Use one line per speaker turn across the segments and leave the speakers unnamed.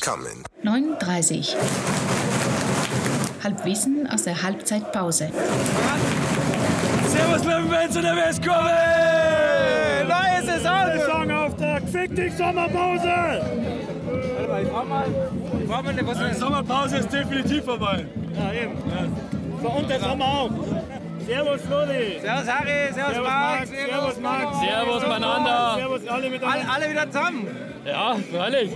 coming.
39. Halbwissen aus der Halbzeitpause.
Servus, Löwenfans in der Westkurve! Neue Saison!
Saisonauftakt, fick dich Sommerpause!
Fahren wir denn was
Die Sommerpause ist definitiv vorbei. Ja, eben. So, und der Sommer auch. Servus Flori.
Servus, Harry! Servus,
Servus,
Marc!
Marc, Servus, Marc.
Servus,
miteinander.
Servus alle
Alle,
miteinander.
alle wieder zusammen!
Ja, freilich.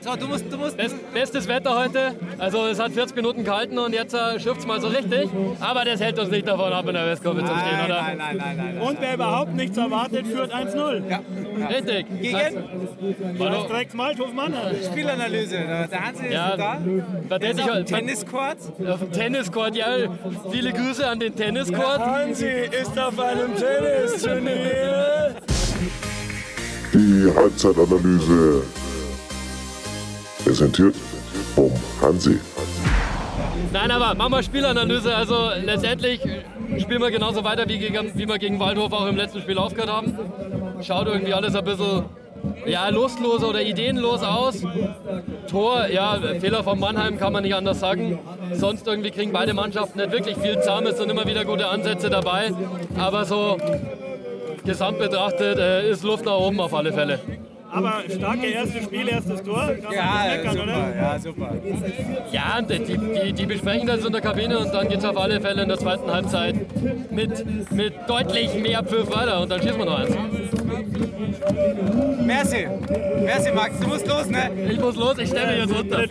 So, du musst, du musst...
Best, bestes Wetter heute. Also es hat 40 Minuten gehalten und jetzt äh, schürft es mal so richtig. Aber das hält uns nicht davon ab, in der Westkurve zu stehen,
Nein,
oder?
nein, nein, nein, nein.
Und wer überhaupt nichts erwartet, führt 1-0. Ja.
Richtig.
Gegen
Das direkt Malthof Mannheim.
Spielanalyse. Der Hansi ist
Ja,
da. Der
verteilt
ist
sich
auf dem
auf,
Tenniscourt.
halt auf dem Tenniscourt. Ja, viele Grüße an den Tenniscourt.
Hansi ist auf einem Tennisturnier.
Die Halbzeitanalyse präsentiert vom Hansi.
Nein, aber machen wir Spielanalyse. Also letztendlich äh, spielen wir genauso weiter, wie, gegen, wie wir gegen Waldhof auch im letzten Spiel aufgehört haben. Schaut irgendwie alles ein bisschen ja, lustlos oder ideenlos aus. Tor, ja, Fehler von Mannheim kann man nicht anders sagen. Sonst irgendwie kriegen beide Mannschaften nicht wirklich viel zusammen. Es sind immer wieder gute Ansätze dabei. Aber so gesamt betrachtet äh, ist Luft nach oben auf alle Fälle.
Aber starke erste Spiel, erstes Tor. Kann man nicht
Ja,
meckern,
super,
oder?
ja, super.
Ja, und die, die, die besprechen das in der Kabine und dann geht es auf alle Fälle in der zweiten Halbzeit mit, mit deutlich mehr Pfiff weiter und dann schießen wir noch eins.
Merci. Merci, Max. Du musst los, ne?
Ich muss los, ich stelle mich jetzt runter.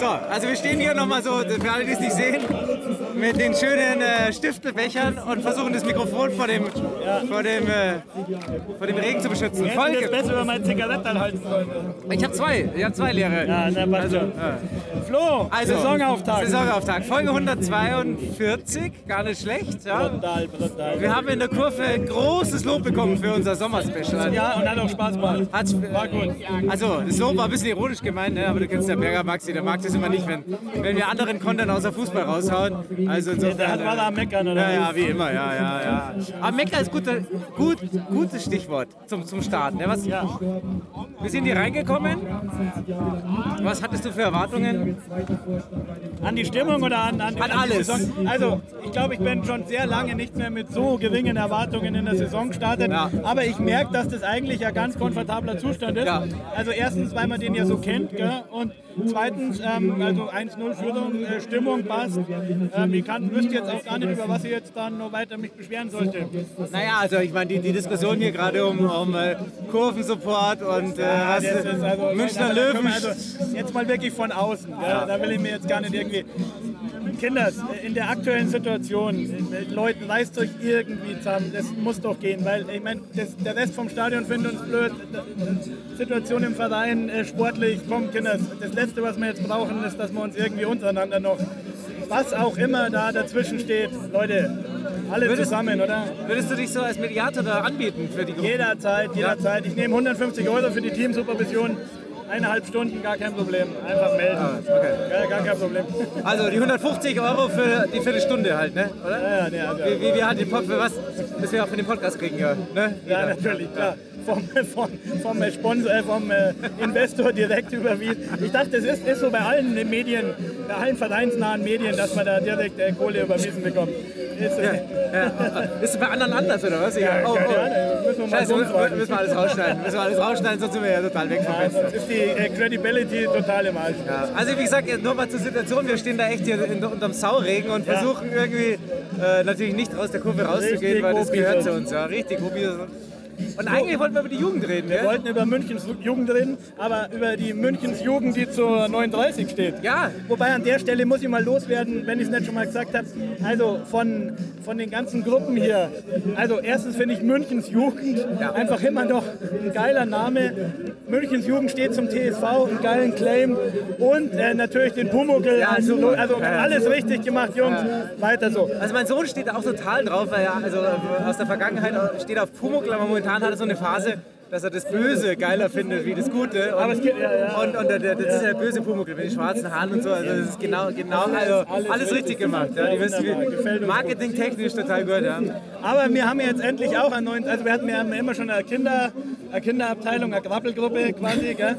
So, also wir stehen hier nochmal so, für alle, die es nicht sehen, mit den schönen äh, Stiftelbechern und versuchen das Mikrofon vor dem, vor dem, äh, vor dem Regen zu beschützen.
Wir hätten das
Folge.
besser über mein Zigaretten halten sollen.
Ich habe zwei, ich habe zwei leere.
Ja, na, passt schon. Flo,
Also,
Saisonauftakt.
Saisonauftakt. Folge 142, gar nicht schlecht. Ja.
Brutal, brutal.
Wir haben in der Kurve großes Lob bekommen für unser Sommerspecial.
Ja, und hat auch Spaß gemacht.
Hat's,
War gut.
Also, das Lob war ein bisschen ironisch gemeint, ne? aber du kennst ja Berger Maxi, der mag das immer nicht, wenn, wenn wir anderen Content außer Fußball raushauen. Also insofern,
Da hat man
äh,
am Meckern, oder?
Ja, ja, wie immer, ja, ja, ja. Aber Mecker ist gute, gut, gutes Stichwort zum, zum Start. Ne? Was,
Ja.
Wir sind hier reingekommen. Was hattest du für Erwartungen?
An die Stimmung oder an, an,
An
die
alles.
Saison? Also, ich glaube, ich bin schon sehr lange nicht mehr mit so geringen Erwartungen in der Saison gestartet.
Ja.
Aber ich merke, dass das eigentlich ein ganz komfortabler Zustand ist.
Ja.
Also, erstens, weil man den ja so kennt. Gell? Und zweitens, ähm, also 1-0 Führung, äh, Stimmung passt. Ähm, ich kann, wüsste jetzt auch gar nicht, über was ich jetzt dann noch weiter mich beschweren sollte.
Naja, also ich meine, die, die Diskussion hier gerade um, um äh, Kurvensupport und äh,
Ja,
was,
das ist also-
Münchner
aber da können
Löwen.
wir Also jetzt mal wirklich von außen. Ja, Da will ich mir jetzt gar nicht irgendwie. Kinders, in der aktuellen Situation, Leute, reißt euch irgendwie zusammen. Das muss doch gehen, weil ich meine, das- der Rest vom Stadion findet uns blöd. Situation im Verein, äh, sportlich, komm, Kinders. Das Letzte, was wir jetzt brauchen, ist, dass wir uns irgendwie untereinander noch, was auch immer da dazwischen steht, Leute, alle
Würdest-
zusammen, oder?
Würdest du dich so als Mediator da anbieten für die Gruppe?
Jederzeit, jederzeit. Ich nehme 150 Euro für die Teamsupervision. Eineinhalb Stunden, gar kein Problem. Einfach melden.
Ah, okay.
Ja, gar kein Problem.
Also die 150 Euro für die Viertelstunde halt, ne? Oder?
Ja, ja, nee, also-
Wie, wie wir halt den Pod für was, das wir auch für den Podcast kriegen, ja. Ne?
Ja, natürlich, klar. Vom, vom, vom, äh, Sponsor, äh, vom äh, Investor direkt überwiesen. Ich dachte, es ist, ist so bei allen Medien, bei allen vereinsnahen Medien, dass man da direkt äh, Kohle überwiesen bekommt. Ist, äh,
Ja. Ist es bei anderen anders, oder was? oh,
Ja, keine Ahnung, müssen wir mal
Scheiße,
rumfragen.
müssen wir alles rausschneiden. Müssen wir alles rausschneiden, sonst sind wir ja total weg vom
ja,
Fenster.
sonst ist die äh, Credibility total im Arsch.
Ja. Also wie gesagt, nur mal zur Situation, wir stehen da echt hier in, unterm Sauregen und
Ja.
versuchen irgendwie äh, natürlich nicht aus der Kurve rauszugehen,
Richtig
weil das
Gopis
gehört
sind.
zu uns, ja, richtig Gopis. Und eigentlich wollten wir über die Jugend reden,
Wir
ja?
wollten über Münchens Jugend reden, aber über die Münchens Jugend, die zur 39 steht.
Ja.
Wobei an der Stelle muss ich mal loswerden, wenn ich es nicht schon mal gesagt habe. Also von, von den ganzen Gruppen hier. Also erstens finde ich Münchens Jugend einfach immer noch ein geiler Name. Münchens Jugend steht zum TSV, einen geilen Claim und äh, natürlich den Pumuckl.
Ja,
als Lo-
super.
also
Ja, ja.
alles richtig gemacht, Jungs. Weiter so.
Also mein Sohn steht da auch total drauf, weil er also aus der Vergangenheit äh, steht er auf Pumuckl, aber momentan hat er so eine Phase, dass er das Böse geiler findet wie das Gute. Und,
Aber es geht- ja, ja.
und, und der, der, das ist ja der böse Pumuckl mit den schwarzen Haaren und so. Also das ist genau, genau also
alles
alles, richtig
richtig.
gemacht. Ja, die wissen,
wunderbar. Gefällt
wie,
uns gut.
marketingtechnisch total gut. Ja.
Aber wir haben jetzt endlich auch einen neuen, also wir hatten wir haben immer schon eine, Kinder, eine Kinderabteilung, eine Grappelgruppe quasi, gell?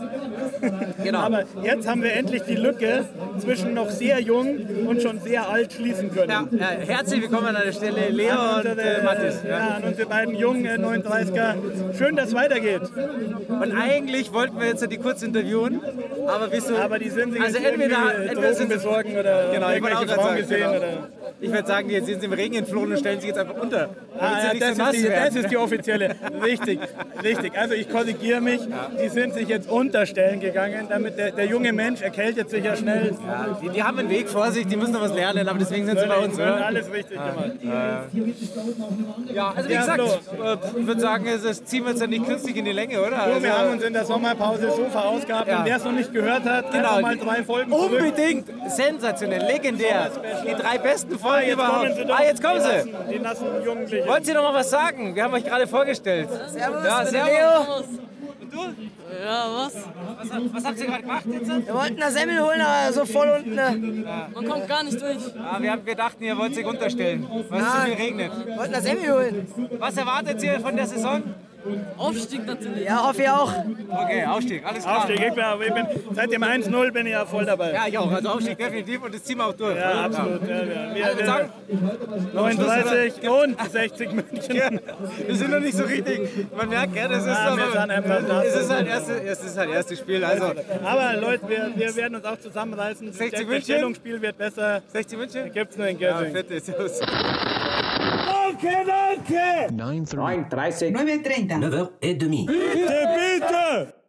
Genau.
Aber jetzt haben wir endlich die Lücke zwischen noch sehr jung und schon sehr alt schließen können.
Ja, ja, herzlich willkommen an der Stelle, Leo
An
und
unsere-
äh, Mathis.
Ja.
Ja.
an unsere beiden jungen äh, 39er. Schön, dass es weitergeht.
Und eigentlich wollten wir jetzt die kurz interviewen, aber bist du.
Aber die sind sich
also
jetzt
entweder,
irgendwie
entweder
Drogen
sind sie-
besorgen oder
genau, ich wollte auch
irgendwelche
gerade
Frauen
sagen,
gesehen.
genau.
Oder
Ich würde sagen, die sind sie im Regen entflohen und stellen sich jetzt einfach unter. damit sie
Ah,
nicht
ja,
so
das,
nass
ist die,
werden.
das ist die offizielle. Richtig, richtig. Also ich korrigiere mich. Die sind sich jetzt unterstellen gegangen, damit der, der junge Mensch erkältet sich ja schnell.
Ja, die, die haben einen Weg vor sich, die müssen noch was lernen, aber deswegen sind sie bei uns, oder?
Alles richtig gemacht.
Ja, also wie
Ja,
gesagt, äh, ich
hallo.
würde sagen, es- das ziehen wir jetzt ja nicht künstlich in die Länge, oder?
So,
Also-
wir haben uns in der Sommerpause so verausgabt.
Ja.
Und wer es noch nicht gehört hat, genau.
Genau.
mal drei Folgen zurück.
Unbedingt! Sensationell, legendär! Die drei besten Folgen
Jetzt
überhaupt.
kommen sie doch.
ah, jetzt kommen
die
sie!
Nassen, die nassen Jugendlichen.
Wollt ihr noch mal was sagen? Wir haben euch gerade vorgestellt. Servus, ja, servus. Und du?
Ja, was?
Was, was habt ihr gerade gemacht jetzt?
Wir wollten eine Semmel holen, aber so voll unten. äh,
Man kommt gar nicht durch.
Ah, wir, haben, wir dachten, ihr wollt sich unterstellen, weil es zu
Nein.
viel regnet.
Wollten eine Semmel holen.
Was erwartet ihr von der Saison?
Aufstieg natürlich.
Ja, hoffe ich auch.
Okay, Aufstieg, alles klar.
Aufstieg, ich bin, ich bin, seit dem 1-0 bin ich ja voll dabei.
Ja, ich auch. Also Aufstieg definitiv und das ziehen wir auch durch.
Ja, absolut. Ja, ja. Wir,
Also, wir
wir,
sagen,
39 und 60 München.
Ja, wir sind noch nicht so richtig. Man merkt, ja, das ist,
Ah, wir sind einfach
es ist halt erste, es ist halt erstes Spiel. Also
Aber Leute, wir, wir werden uns auch zusammenreißen.
60
das
München.
Stellungsspiel wird besser.
60 München?
Gibt es nur in
Ja,
Göttingen.
fett ist es.
9h30. 9h30. 9h30. 9h30.
et demi.
bitte!